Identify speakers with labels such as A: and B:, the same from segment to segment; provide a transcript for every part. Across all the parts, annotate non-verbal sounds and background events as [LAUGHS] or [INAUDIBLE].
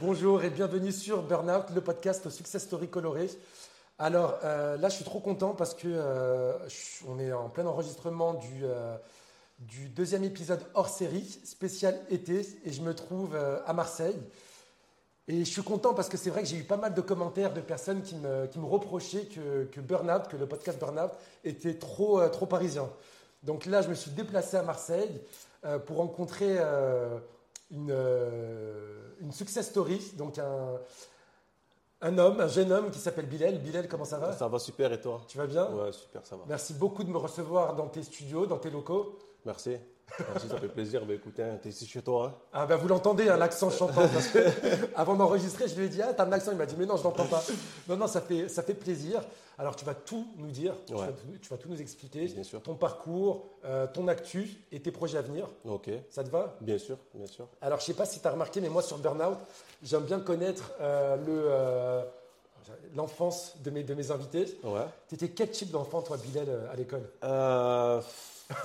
A: Bonjour et bienvenue sur Burnout, le podcast Success Story Coloré. Alors euh, là, je suis trop content parce que euh, je- on est en plein enregistrement du, euh, du deuxième épisode hors série, spécial été, et je me trouve euh, à Marseille. Et je suis content parce que c'est vrai que j'ai eu pas mal de commentaires de personnes qui me, qui me reprochaient que, que Burnout, que le podcast Burnout était trop, euh, trop parisien. Donc là, je me suis déplacé à Marseille euh, pour rencontrer euh, une, euh, une success story, donc un, un homme, un jeune homme qui s'appelle Bilal. Bilal, comment ça va
B: Ça va super et toi
A: Tu vas bien
B: Ouais, super, ça va.
A: Merci beaucoup de me recevoir dans tes studios, dans tes locaux.
B: Merci. Merci, ça fait plaisir. Ben écoute, hein, t'es ici chez toi. hein.
A: Ah ben vous l'entendez, hein, l'accent chantant. Parce que [LAUGHS] avant d'enregistrer, je lui ai dit Ah, t'as un accent. Il m'a dit Mais non, je l'entends pas. Non, non, ça fait, ça fait plaisir. Alors, tu vas tout nous dire. Tu,
B: Ouais.
A: vas, tout- tu vas tout nous expliquer.
B: Bien sûr.
A: Ton parcours, euh, ton actu et tes projets à venir.
B: Ok.
A: Ça te va
B: Bien sûr, bien sûr.
A: Alors, je sais pas si tu as remarqué, mais moi, sur Burnout, j'aime bien connaître euh, le, euh, l'enfance de mes, de mes invités.
B: Ouais.
A: T'étais quel type d'enfant, toi, Bilal, euh, à l'école
B: Euh...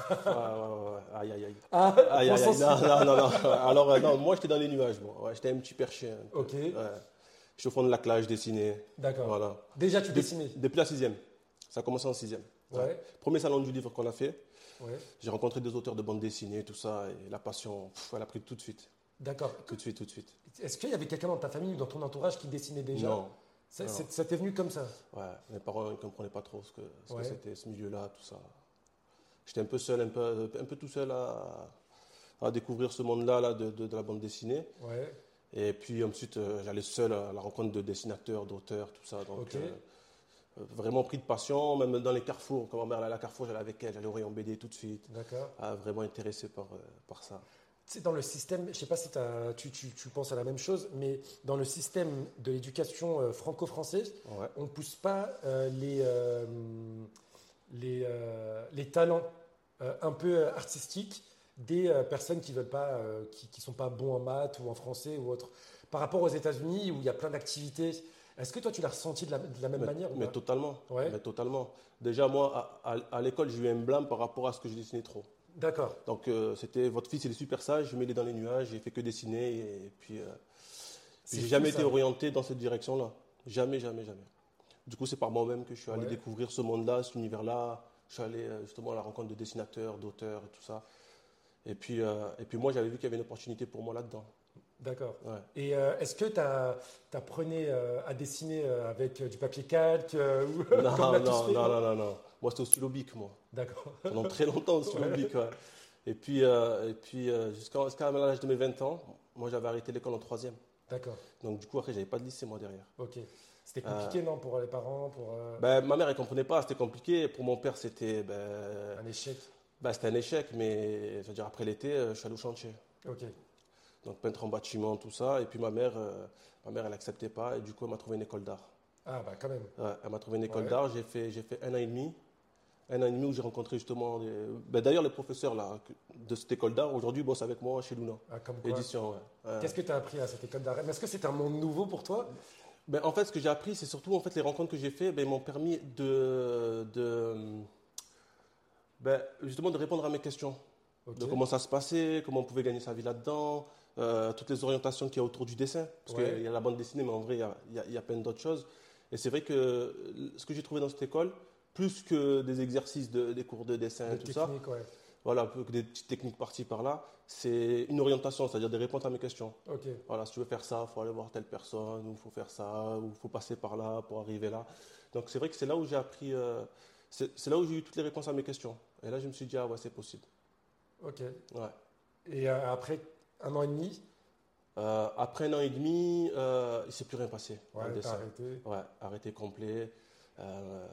B: ouais, ouais, ouais, ouais. Aïe, aïe, aïe.
A: Ah,
B: Aïe,
A: on
B: aïe,
A: s'en
B: aïe. Non, non, non, non. Alors, euh, non, moi, j'étais dans les nuages. Moi. Ouais, j'étais un petit perché. hein.
A: Ok,
B: Ouais. Je suis au fond de la classe, je dessinais.
A: d'accord.
B: Voilà.
A: Déjà, tu
B: De-
A: dessinais.
B: Depuis la sixième. Ça a commencé en sixième.
A: Ouais,
B: Premier salon du livre qu'on a fait.
A: ouais.
B: J'ai rencontré des auteurs de bande dessinée, tout ça. Et la passion, pff, elle a pris tout de suite.
A: D'accord.
B: Tout de suite, tout de suite.
A: Est-ce qu'il y avait quelqu'un dans ta famille ou dans ton entourage qui dessinait déjà
B: Non.
A: Ça,
B: non.
A: c'est- ça t'est venu comme ça
B: Ouais, mes parents ne comprenaient pas trop ce que ce que
A: Ouais.
B: c'était, ce milieu-là, tout ça. J'étais un peu seul, un peu, un peu tout seul à, à découvrir ce monde-là là, de, de- de la bande dessinée.
A: Ouais,
B: Et puis ensuite, euh, j'allais seul à la rencontre de dessinateurs, d'auteurs, tout ça. Donc,
A: Ok.
B: euh, euh, vraiment pris de passion, même dans les carrefours. Quand ma mère allait à la carrefour, j'allais avec elle, j'allais au rayon BD tout de suite.
A: d'accord.
B: Ah, vraiment intéressé par, euh, par ça.
A: C'est dans le système, je sais pas si t'as- tu, tu- tu penses à la même chose, mais dans le système de l'éducation euh, franco-française,
B: Ouais.
A: on ne pousse pas euh, les, euh, les, euh, les talents euh, un peu euh, artistiques des euh, personnes qui veulent pas, euh, qui, qui sont pas bons en maths ou en français ou autre. Par rapport aux États-Unis où il y a plein d'activités, est-ce que toi tu l'as ressenti de la, de la même
B: mais,
A: manière ou
B: mais
A: pas
B: totalement.
A: Ouais.
B: Mais totalement. Déjà, moi, à, à- à l'école, j'ai eu un blâme par rapport à ce que je dessinais trop.
A: D'accord.
B: Donc euh, c'était votre fils, il est super sage, je mets les dans les nuages, j'ai fait que dessiner et puis euh, puis
A: C'est
B: j'ai jamais
A: fou,
B: été
A: ça.
B: orienté dans cette direction-là, jamais, jamais, jamais. Du coup, c'est par moi-même que je suis allé
A: Ouais.
B: découvrir ce monde-là, cet univers-là. Je suis allé euh, justement à la rencontre de dessinateurs, d'auteurs, et tout ça. Et puis euh, et puis moi, j'avais vu qu'il y avait une opportunité pour moi là-dedans.
A: D'accord.
B: Ouais.
A: Et euh, est-ce que tu apprenais à dessiner euh, avec euh, du papier calque euh, ou [LAUGHS] comme
B: [LAUGHS] Non,
A: on a
B: non,
A: tous
B: non,
A: fait
B: non, non, non. Moi, c'était au stylo bic, moi.
A: D'accord. [LAUGHS]
B: pendant très longtemps au stylo
A: Ouais.
B: bic, ouais. Et puis euh, et puis euh, jusqu'à jusqu'à l'âge de mes 20 ans, moi, j'avais arrêté l'école en troisième.
A: D'accord.
B: Donc du coup, après, j'avais pas de lycée moi derrière.
A: Ok. C'était
B: Euh.
A: compliqué, non, pour les parents, pour euh,
B: Ben, ma mère, elle comprenait pas, c'était compliqué. Pour mon père, c'était ben,
A: un échec.
B: ben, c'était un échec, mais je veux dire, après l'été, euh, je suis allé au chantier.
A: Ok.
B: Donc peintre en bâtiment, tout ça. Et puis ma mère, euh, ma mère elle n'acceptait pas, et du coup, elle m'a trouvé une école d'art.
A: Ah bah quand même.
B: Ouais, elle m'a trouvé une école
A: Ouais.
B: d'art, j'ai fait, j'ai fait un an et demi. Un an et demi où j'ai rencontré justement. des- ben, D'ailleurs, les professeurs là, que- de cette école d'art, aujourd'hui, bossent avec moi chez Luna.
A: Ah, comme quoi.
B: Édition, ouais. Ouais.
A: Qu'est-ce que tu as appris à cette école d'arrêt Mais est-ce que c'est un monde nouveau pour toi
B: Ben, en fait, ce que j'ai appris, c'est surtout en fait, les rencontres que j'ai faites ben, m'ont permis de, de- ben, justement de répondre à mes questions.
A: Ok.
B: De comment ça se passait, comment on pouvait gagner sa vie là-dedans, euh, toutes les orientations qu'il y a autour du dessin. Parce
A: Ouais.
B: qu'il y a la bande dessinée, mais en vrai, il y a, il y a- il y a plein d'autres choses. Et c'est vrai que euh, ce que j'ai trouvé dans cette école, plus que des exercices, de- des cours de dessin,
A: De
B: et tout ça,
A: technique, ouais.
B: voilà, un peu que des petites techniques par-ci, par-là, c'est une orientation, c'est-à-dire des réponses à mes questions.
A: Ok.
B: Voilà, si tu veux faire ça, il faut aller voir telle personne, ou il faut faire ça, ou il faut passer par là pour arriver là. Donc c'est vrai que c'est là où j'ai appris, euh, c'est c'est là où j'ai eu toutes les réponses à mes questions. Et là, je me suis dit, ah ouais, c'est possible.
A: Ok.
B: Ouais.
A: Et euh, après un an et demi,
B: Euh, après un an et demi, euh, il ne s'est plus rien passé en
A: ouais, t'as
B: dessin.
A: arrêté.
B: Ouais, arrêté complet. Euh,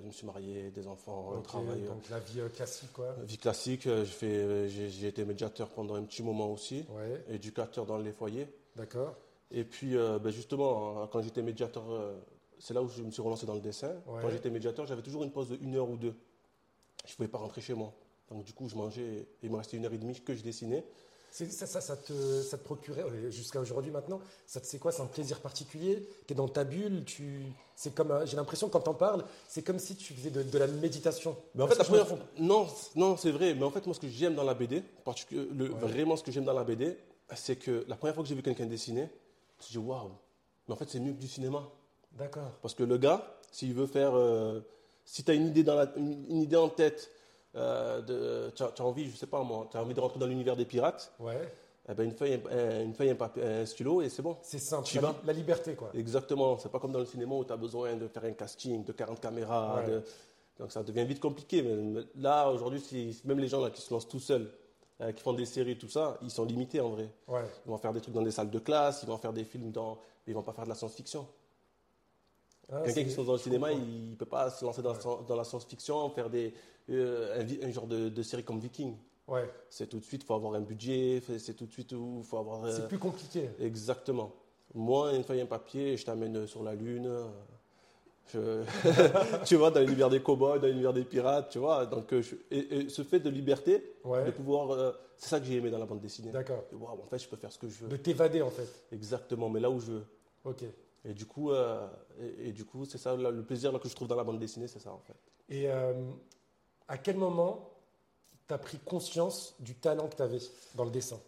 B: je me suis marié, des enfants, un
A: Ok,
B: travail.
A: donc la vie euh, classique, quoi.
B: Vie classique, euh, j'ai fait- euh, j'ai j'ai été médiateur pendant un petit moment aussi,
A: Ouais,
B: éducateur dans les foyers.
A: d'accord.
B: Et puis, euh, ben justement, hein, quand j'étais médiateur, euh, c'est là où je me suis relancé dans le dessin.
A: Ouais.
B: Quand j'étais médiateur, j'avais toujours une pause de une heure ou deux. Je ne pouvais pas rentrer chez moi. Donc, du coup, je mangeais et il me restait une heure et demie que je dessinais.
A: C'est- Ça, ça, ça te, ça te procurait, euh, jusqu'à aujourd'hui maintenant, ça te- c'est quoi C'est un plaisir particulier T'es dans ta bulle tu... C'est comme, un- J'ai l'impression, quand t'en parles, c'est comme si tu faisais de, de la méditation.
B: Mais en fait, la
A: Est-ce que je me
B: première fois. Non, c- non c'est vrai. Mais en fait, moi, ce que j'aime dans la BD, particu- le-
A: Ouais.
B: vraiment ce que j'aime dans la BD, c'est que la première fois que j'ai vu quelqu'un dessiner, me suis dit, waouh, mais en fait, c'est mieux que du cinéma.
A: D'accord.
B: Parce que le gars, s'il veut faire. euh, si tu as une idée, dans la- une, une idée en tête, euh, tu as, envie, je sais pas moi, tu as envie de rentrer dans l'univers des pirates,
A: Ouais.
B: eh ben une feuille, un- une feuille un, papier- un stylo et c'est bon.
A: C'est simple.
B: Tu y
A: la,
B: vas
A: li- la liberté, quoi.
B: Exactement, c'est pas comme dans le cinéma où tu as besoin de faire un casting de 40 caméras.
A: Ouais.
B: de- Donc ça devient vite compliqué. Mais mais là, aujourd'hui, si- même les gens là, qui se lancent tout seuls, euh, qui font des séries, tout ça, ils sont limités en vrai.
A: Ouais.
B: Ils vont faire des trucs dans des salles de classe, ils vont faire des films dans. mais Ils vont pas faire de la science-fiction.
A: Ah,
B: Quelqu'un
A: c'est-
B: qui se lance dans le
A: je
B: cinéma,
A: comprends.
B: il ne peut pas se lancer dans, la science- dans la science-fiction, faire des, euh, un, vi- un genre de, de série comme Viking.
A: Ouais.
B: C'est tout de suite, il faut avoir un budget, fait- c'est tout de suite où il faut avoir. euh,
A: C'est plus compliqué.
B: Exactement. Moi, une feuille, un papier, je t'amène sur la Lune. euh, je- [LAUGHS] tu vois, dans l'univers des cowboys, dans l'univers des pirates, tu vois. Donc, euh, je- et, et ce fait de liberté, de
A: Ouais.
B: pouvoir. euh, c'est ça que j'ai aimé dans la bande dessinée.
A: D'accord.
B: Waouh, en fait, je peux faire ce que je veux.
A: De t'évader, en fait.
B: Exactement, mais là où je veux.
A: Ok.
B: Et du coup, euh, et, et du coup, c'est ça là, le plaisir là, que je trouve dans la bande dessinée, c'est ça en fait.
A: Et euh, à quel moment t'as pris conscience du talent que t'avais dans le dessin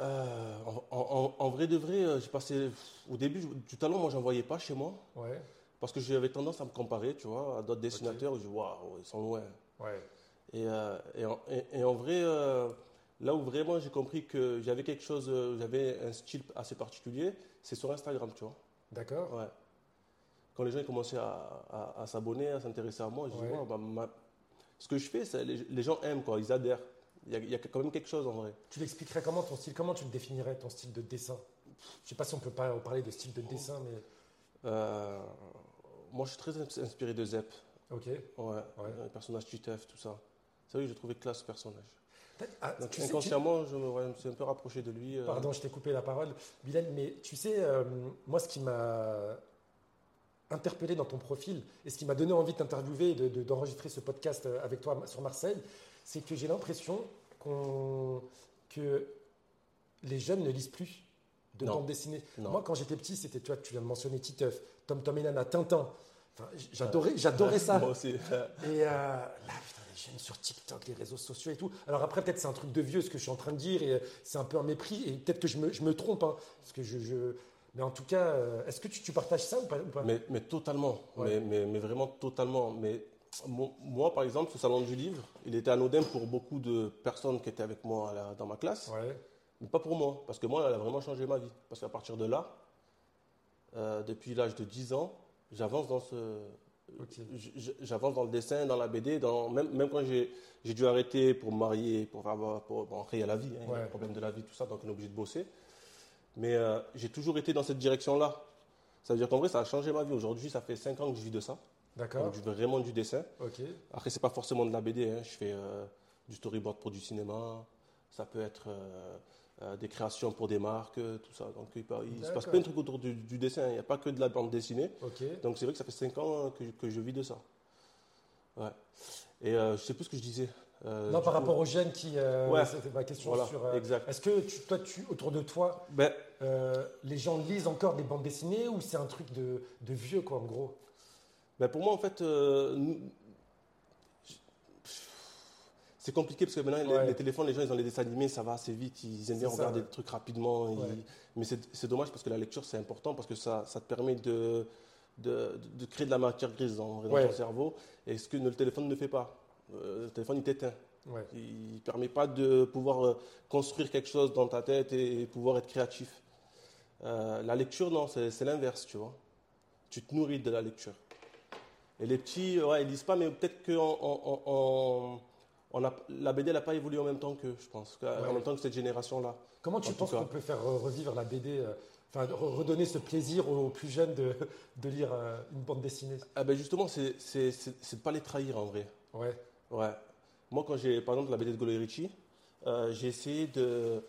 B: Euh, en, en- en- en vrai de vrai, euh, j'ai passé pff, au début je- du talent, moi j'en voyais pas chez moi
A: Ouais.
B: parce que j'avais tendance à me comparer, tu vois, à d'autres dessinateurs. où Je dis waouh, ils sont loin.
A: Ouais.
B: Et, euh, et, en, et- et en vrai, euh, là où vraiment j'ai compris que j'avais quelque chose, euh, j'avais un style assez particulier, c'est sur Instagram, tu vois.
A: D'accord.
B: Ouais. Quand les gens ils commençaient à, à- à s'abonner, à s'intéresser à moi, je dis,
A: Ouais.
B: ouais, bah, ma- ce que je fais, c'est- les, les gens aiment, quoi, ils adhèrent. Il y, a, il y a quand même quelque chose en vrai.
A: Tu l'expliquerais comment ton style Comment tu le définirais ton style de dessin Je sais pas si on peut par- parler de style de dessin, mais
B: Euh, moi, je suis très ins- inspiré de Zep,
A: ok.
B: ouais, le personnage tutef, tout ça. C'est vrai que j'ai trouvé classe ce personnage.
A: T'as- ah,
B: Donc,
A: tu sais, tu-
B: inconsciemment, je, me, ouais, je me suis un peu rapproché de lui. euh,
A: Pardon, je t'ai coupé la parole, Bilal. Mais tu sais, euh, moi, ce qui m'a interpellé dans ton profil et ce qui m'a donné envie de t'interviewer et de- de- d'enregistrer ce podcast euh, avec toi sur Marseille, c'est que j'ai l'impression qu'on que les jeunes ne lisent plus de
B: Non.
A: bande dessinée.
B: Non.
A: Moi, quand j'étais petit, c'était toi, tu viens de mentionner Titeuf, Tom Tom et Nana, Tintin. Enfin, j- j'adorais, j'adorais ça.
B: [LAUGHS] Moi aussi.
A: Et euh, là, putain, les jeunes sur TikTok, les réseaux sociaux et tout. Alors après, peut-être c'est un truc de vieux ce que je suis en train de dire et euh, c'est un peu un mépris et peut-être que je me, je me trompe. hein, parce que je, je- Mais en tout cas, euh, est-ce que tu, tu partages ça ou pas, ou pas
B: Mais, mais totalement,
A: Ouais.
B: mais, mais, mais vraiment totalement. Mais mo- moi, par exemple, ce salon du livre, il était anodin pour beaucoup de personnes qui étaient avec moi à la- dans ma classe,
A: Ouais,
B: mais pas pour moi, parce que moi, elle a vraiment changé ma vie. Parce qu'à partir de là, euh, depuis l'âge de 10 ans, j'avance dans ce...
A: ok.
B: j- j- J'avance dans le dessin, dans la BD, dans, même, même quand j'ai j'ai dû arrêter pour me marier, pour, avoir, pour, bon, après, il y a la vie, hein, il y a
A: Ouais.
B: le problème de la vie, tout ça, donc on est obligé de bosser. Mais euh, j'ai toujours été dans cette direction-là. Ça veut dire qu'en vrai, ça a changé ma vie. Aujourd'hui, ça fait 5 ans que je vis de ça.
A: D'accord,
B: Donc, je veux vraiment du dessin.
A: ok.
B: Après, c'est pas forcément de la BD. hein. Je fais euh, du storyboard pour du cinéma. Ça peut être euh, euh, des créations pour des marques, euh, tout ça. Donc, il, peut- il se passe
A: D'accord.
B: plein de trucs autour du, du dessin. Il n'y a pas que de la bande dessinée.
A: Ok.
B: Donc, c'est vrai que ça fait 5 ans hein, que, je- que je vis de ça. Ouais. Et euh, je sais plus ce que je disais. Euh,
A: non,
B: du
A: par
B: coup,
A: rapport aux jeunes qui. euh,
B: Ouais.
A: C'était ma question
B: Voilà,
A: sur. euh,
B: exact.
A: Est-ce que tu- toi, tu, autour de toi,
B: Ben,
A: euh, les gens lisent encore des bandes dessinées ou c'est un truc de, de vieux, quoi, en gros
B: Ben, pour moi, en fait, euh, nous- c'est compliqué parce que maintenant, les-
A: Ouais.
B: les, téléphones, les gens, ils ont les dessins animés, ça va assez vite, ils aiment bien
A: ça,
B: regarder
A: ouais.
B: des trucs rapidement. ils-
A: Ouais.
B: Mais c'est c'est dommage parce que la lecture, c'est important parce que ça, ça te permet de, de, de créer de la matière grise dans, dans
A: Ouais.
B: ton cerveau et ce que le téléphone ne fait pas. Euh, le téléphone, il t'éteint.
A: Ouais,
B: Il ne permet pas de pouvoir euh, construire quelque chose dans ta tête et pouvoir être créatif. Euh, la lecture, non, c'est c'est l'inverse, tu vois. Tu te nourris de la lecture. Et les petits, euh, ouais, ils lisent pas, mais peut-être que on- on- on- on- on a- la BD n'a pas évolué en même temps que, je pense, qu'en-
A: Ouais.
B: en même temps que cette génération-là.
A: Comment tu
B: En tout
A: penses
B: cas.
A: qu'on peut faire euh, revivre la BD, euh, enfin re- redonner ce plaisir aux plus jeunes de, de lire euh, une bande dessinée
B: Ah ben justement, c'est c'est- c'est- c'est de pas les trahir en vrai.
A: Ouais,
B: Ouais. Moi, quand j'ai, par exemple, la BD de Golerici, j'ai essayé de.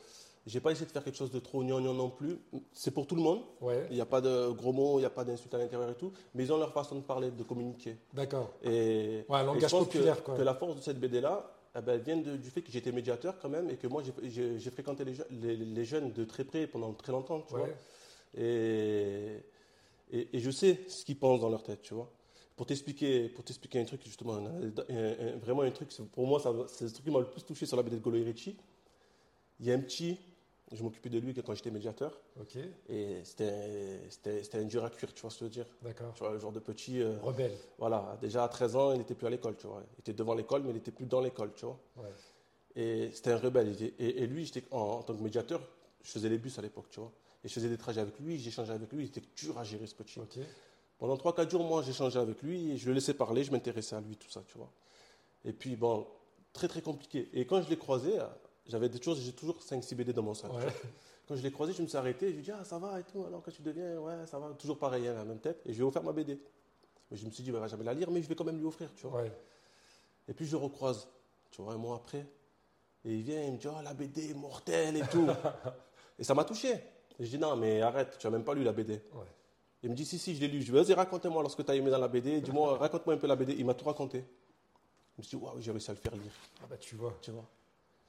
B: J'ai pas essayé de faire quelque chose de trop gnangnan non plus. C'est pour tout le monde.
A: ouais,
B: Il n'y a pas de gros mots, il n'y a pas d'insultes à l'intérieur et tout, mais ils ont leur façon de parler, de communiquer.
A: d'accord.
B: Et,
A: Ouais, un
B: et
A: langage
B: je pense
A: populaire,
B: que,
A: quoi.
B: que la force de cette BD-là, eh ben, elle vient de- du fait que j'étais médiateur quand même et que moi j'ai- j'ai j'ai fréquenté les, je- les- les jeunes de très près pendant très longtemps, tu vois.
A: Ouais,
B: Et, et, et je sais ce qu'ils pensent dans leur tête, tu vois. Pour t'expliquer, pour t'expliquer un truc, justement, un- un- un- vraiment un truc, c'est- pour moi, ça- c'est le truc qui m'a le plus touché sur la BD de Golo Ricci. Il y a un petit Je m'occupais de lui que quand j'étais médiateur.
A: Ok,
B: Et c'était c'était- c'était un dur à cuire, tu vois ce que je veux dire.
A: d'accord.
B: Tu vois, le genre de petit. euh,
A: Rebelle.
B: voilà, déjà à 13 ans, il n'était plus à l'école, tu vois. Il était devant l'école, mais il n'était plus dans l'école, tu vois.
A: Ouais.
B: Et c'était un rebelle. Il était- Et, et lui, j'étais en, en tant que médiateur, je faisais les bus à l'époque, tu vois. Et je faisais des trajets avec lui, j'échangeais avec lui, il était dur à gérer ce petit.
A: Ok,
B: Pendant 3-4 jours, moi, j'échangeais avec lui, et je le laissais parler, je m'intéressais à lui, tout ça, tu vois. Et puis, bon, très très compliqué. Et quand je l'ai croisé, euh, j'avais des choses, j'ai toujours 5-6 BD dans mon sac. tu
A: ouais.
B: quand je l'ai croisé, je me suis arrêté, je lui ai dit Ah, ça va et tout, alors que tu deviens, ouais, ça va, toujours pareil, hein, la même tête. Et je lui ai offert ma BD. Mais je me suis dit, bah, il va jamais la lire, mais je vais quand même lui offrir, tu vois.
A: ouais.
B: Et puis je le recroise, tu vois, un mois après. Et il vient, il me dit Oh, la BD est mortelle et tout. et ça m'a touché. Et je dis Non, mais arrête, tu n'as même pas lu la BD.
A: Ouais.
B: Il me dit Si, si, je l'ai lu. Je lui ai dit Vas-y, raconte-moi lorsque tu as aimé dans la BD, dis-moi, raconte-moi un peu la BD. Il m'a tout raconté. Je me suis dit Waouh, j'ai réussi à le faire lire,
A: Ah bah tu vois.
B: tu vois.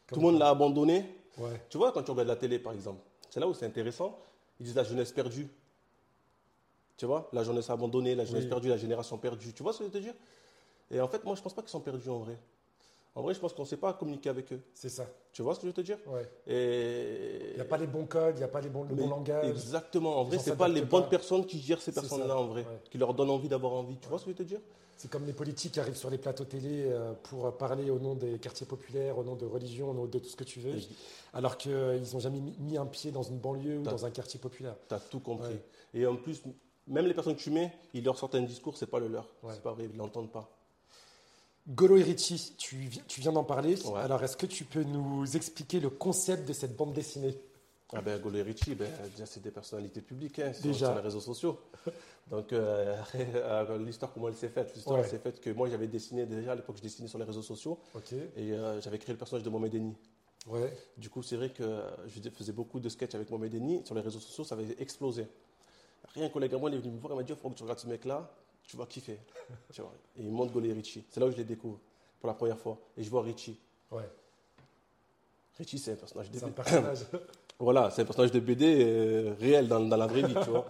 A: Comme
B: tout le monde l'a abandonné.
A: Ouais.
B: Tu vois, quand tu regardes la télé, par exemple, c'est là où c'est intéressant. Ils disent la jeunesse perdue. Tu vois, la jeunesse abandonnée, la jeunesse
A: Oui.
B: perdue, la génération perdue. Tu vois ce que je veux te dire Et en fait, moi, je pense pas qu'ils sont perdus en vrai. En vrai, je pense qu'on ne sait pas communiquer avec eux.
A: C'est ça.
B: Tu vois ce que je veux te dire
A: Ouais.
B: Et.
A: Il n'y a pas les bons codes, il n'y a pas les bons, le
B: Mais
A: bon langage.
B: Exactement. En vrai,
A: gens
B: c'est pas les
A: s'adaptent
B: bonnes
A: pas.
B: personnes qui gèrent ces
A: C'est ça,
B: personnes-là, en vrai,
A: ouais.
B: qui leur donnent envie d'avoir envie. Tu vois ce que je veux te dire
A: C'est comme les politiques qui arrivent sur les plateaux télé euh, pour parler au nom des quartiers populaires, au nom de religion, au nom de tout ce que tu veux,
B: Et-
A: alors qu'ils n'ont jamais mis, mis un pied dans une banlieue ou
B: T'as-
A: dans un quartier populaire.
B: T'as tout compris.
A: Ouais.
B: Et en plus, même les personnes que tu mets, ils leur sortent un discours, c'est pas le leur.
A: Ouais.
B: C'est pas vrai, ils l'entendent pas.
A: Golo Eriti, tu, vi- tu viens d'en parler.
B: Ouais.
A: Alors, est-ce que tu peux nous expliquer le concept de cette bande dessinée
B: Ah ben, Golo et Ritchie, ben, déjà, c'est des personnalités publiques hein, sur,
A: Déjà.
B: sur les réseaux sociaux. Donc, euh, [LAUGHS] euh, l'histoire, comment elle s'est faite L'histoire,
A: Ouais.
B: elle s'est faite que moi, j'avais dessiné déjà, à l'époque, je dessinais sur les réseaux sociaux
A: Ok.
B: et euh, j'avais créé le personnage de Mohamed Eni.
A: Ouais.
B: Du coup, c'est vrai que euh, je faisais beaucoup de sketchs avec Mohamed Eni. Sur les réseaux sociaux, ça avait explosé. Rien qu'un collègue à moi, il est venu me voir et m'a dit Franck, tu regardes ce mec-là, tu vas kiffer. Tu vois. Et il monte Golo et Ritchie. C'est là où je les découvre pour la première fois. Et je vois Ritchie.
A: Ouais.
B: Ritchie, c'est un personnage
A: C'est un [COUGHS]
B: débile.
A: personnage.
B: Voilà, c'est un personnage de BD euh, réel dans, dans la vraie vie, tu vois.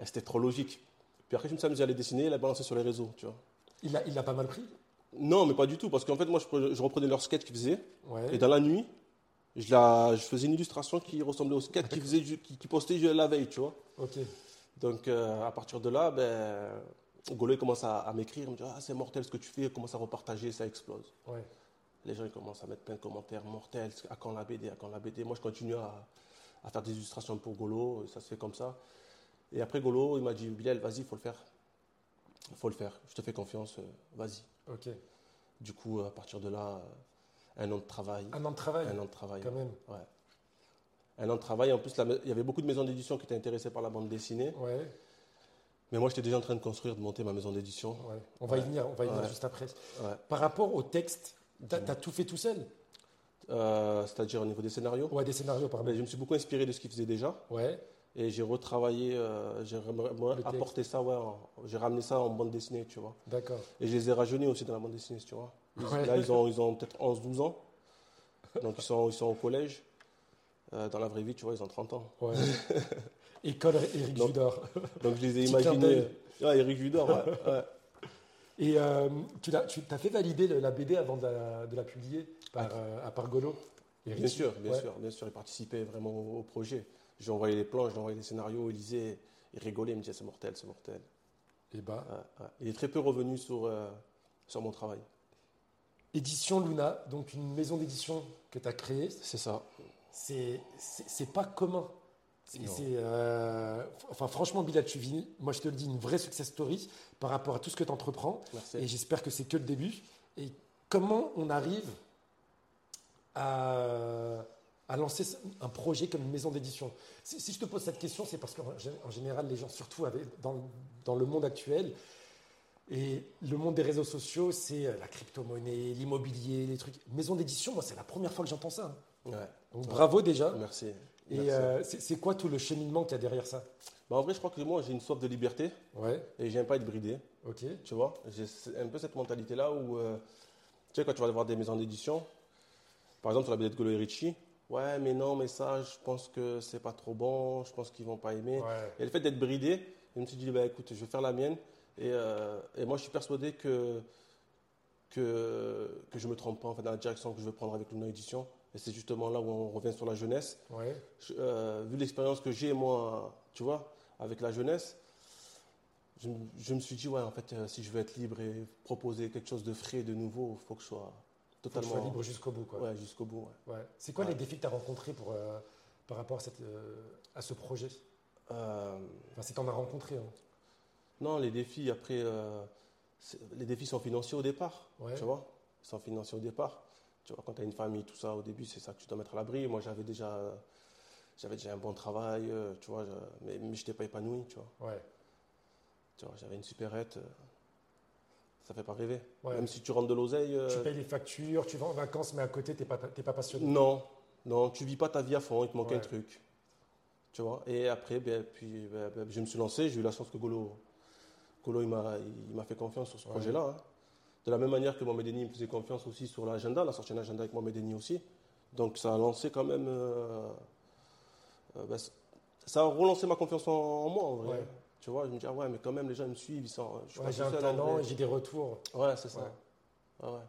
B: Et C'était trop logique. Puis après, je me suis amusé à les dessiner et les balancer sur les réseaux, tu vois.
A: il, a, il a pas mal pris.
B: Non, mais pas du tout, parce qu'en fait, moi, je, pre- je reprenais leurs sketchs qu'ils faisaient,
A: Ouais.
B: et dans la nuit, je, la, je faisais une illustration qui ressemblait aux sketchs qu'ils faisaient ju- qu'ils- qu'ils postaient ju- la veille, tu vois.
A: Ok.
B: Donc, euh, à partir de là, ben, Golo il commence à, à m'écrire, il me dit Ah, c'est mortel ce que tu fais, il commence à repartager, ça explose.
A: Ouais.
B: Les gens ils commencent à mettre plein de commentaires mortels. À quand la BD À quand la BD Moi, je continue à, à faire des illustrations pour Golo. et ça se fait comme ça. Et après, Golo, il m'a dit Bilal, vas-y, il faut le faire. Il faut le faire. Je te fais confiance. euh, Vas-y.
A: Ok.
B: Du coup, à partir de là, euh, un an de travail.
A: Un an de travail,
B: Un an de travail.
A: quand même.
B: Ouais. Un an de travail. En plus, la ma- il y avait beaucoup de maisons d'édition qui étaient intéressées par la bande dessinée.
A: Ouais.
B: Mais moi, j'étais déjà en train de construire, de monter ma maison d'édition.
A: ouais. On va y
B: Ouais.
A: venir. On va y venir
B: Ouais.
A: juste après.
B: Ouais.
A: Par rapport au texte, t'as t'as tout fait tout seul
B: Euh, C'est-à-dire au niveau des scénarios.
A: Ouais, des scénarios, pardon.
B: Ben, Je me suis beaucoup inspiré de ce qu'ils faisaient déjà.
A: Ouais.
B: Et j'ai retravaillé, euh, j'ai ram- ram-
A: texte.
B: apporté ça, ouais, en- j'ai ramené ça en bande dessinée, tu vois.
A: D'accord.
B: Et je les ai rajeunis aussi dans la bande dessinée, tu vois. Ils-
A: Ouais.
B: Là, ils ont, ils ont peut-être 11-12 ans. Donc, ils sont, ils sont au collège. Euh, dans la vraie vie, tu vois, ils ont 30 ans. [LAUGHS]
A: Ouais. École Éric
B: Non.
A: Judor.
B: Donc, euh, je les ai
A: Petit clin
B: imaginés. Ouais, Eric Judor, ouais. ouais.
A: Et euh, tu l'as- tu t'as fait valider le- la BD avant de la, de la publier par, euh, à Pargolo
B: Bien sûr, bien sûr, bien sûr. Ils participaient vraiment au, au projet. J'ai envoyé les plans, j'ai envoyé les scénarios, ils lisaient, ils rigolaient, ils me disaient c'est mortel, c'est mortel.
A: Et bah,
B: Ouais, ouais. Il est très peu revenu sur, euh, sur mon travail.
A: Édition Luna, donc une maison d'édition que tu as créée,
B: C'est ça.
A: c'est c'est- c'est pas commun. C'est-
B: Non.
A: c'est, euh, f- enfin, franchement, Bilal, tu vis, moi je te le dis, une vraie success story par rapport à tout ce que tu entreprends.
B: Merci.
A: Et j'espère que c'est que le début. Et comment on arrive à, à lancer ce- un projet comme une maison d'édition si, si je te pose cette question, c'est parce qu'en gé- en général, les gens, surtout avec- dans, le- dans le monde actuel, et le monde des réseaux sociaux, c'est euh, la crypto-monnaie, l'immobilier, les trucs. Maison d'édition, moi, c'est la première fois que j'entends ça. hein.
B: Ouais.
A: Donc bravo déjà.
B: Merci.
A: Et
B: Merci.
A: euh, c'est c'est quoi tout le cheminement qu'il y a derrière ça
B: Bah, en vrai, je crois que moi, j'ai une soif de liberté
A: Ouais,
B: et j'aime pas être bridé.
A: ok.
B: Tu vois, j'ai c- un peu cette mentalité-là où, euh, tu sais, quand tu vas voir des maisons d'édition, par exemple, sur la BD de Golo et Ritchie, ouais, mais non, mais ça, je pense que c'est pas trop bon, je pense qu'ils vont pas aimer.
A: Ouais,
B: Et le fait d'être bridé, je me suis dit, bah écoute, je vais faire la mienne. Et, euh, et moi, je suis persuadé que, que, que je me trompe pas en fait, dans la direction que je veux prendre avec Luna Édition. Et c'est justement là où on revient sur la jeunesse.
A: Ouais.
B: Je- euh, vu l'expérience que j'ai, moi, tu vois, avec la jeunesse, je, me- je me suis dit, ouais, en fait, euh, si je veux être libre et proposer quelque chose de frais, de nouveau, il faut que je sois
A: Faut que je
B: totalement
A: sois libre jusqu'au bout. Quoi.
B: Ouais, jusqu'au bout. ouais.
A: Ouais. C'est quoi les
B: Ouais.
A: défis que tu as rencontrés pour, euh, par rapport à, cette, euh, à ce projet
B: Euh,
A: Enfin, si tu en as rencontré. hein.
B: non, les défis, après, euh, c'est- les défis sont financiers au départ.
A: Ouais.
B: Tu vois Ils sont financiers au départ. Tu vois, quand tu as une famille, tout ça, au début, c'est ça que tu dois mettre à l'abri. Moi, j'avais déjà, j'avais déjà un bon travail, euh, tu vois, je- mais, mais je n'étais pas épanoui, tu vois.
A: Ouais.
B: Tu vois, j'avais une supérette. euh, ça fait pas rêver.
A: Ouais.
B: Même si tu rentres de l'oseille. euh,
A: Tu payes les factures, tu vas en vacances, mais à côté, t'es pas, t'es pas passionné.
B: non, non, tu vis pas ta vie à fond, il te manque
A: Ouais.
B: un truc. Tu vois, et après, ben, puis, ben, ben, je me suis lancé, j'ai eu la chance que Golo, Golo il m'a il m'a fait confiance sur ce
A: Ouais.
B: projet-là. hein. De la même manière que Mohamed Denis me faisait confiance aussi sur l'agenda, la sortie d'un agenda avec Mohamed Denis aussi. Donc ça a lancé quand même. euh, euh, ben, c- ça a relancé ma confiance en, en moi en vrai.
A: Ouais.
B: Tu vois, je me dis, ah ouais, mais quand même, les gens ils me suivent, ils sont. Je suis
A: Ouais,
B: pas
A: j'ai
B: tout
A: un
B: seul, en
A: talent
B: vrai.
A: et j'ai des retours.
B: Ouais, c'est ça.
A: Ouais.
B: Ouais, ouais.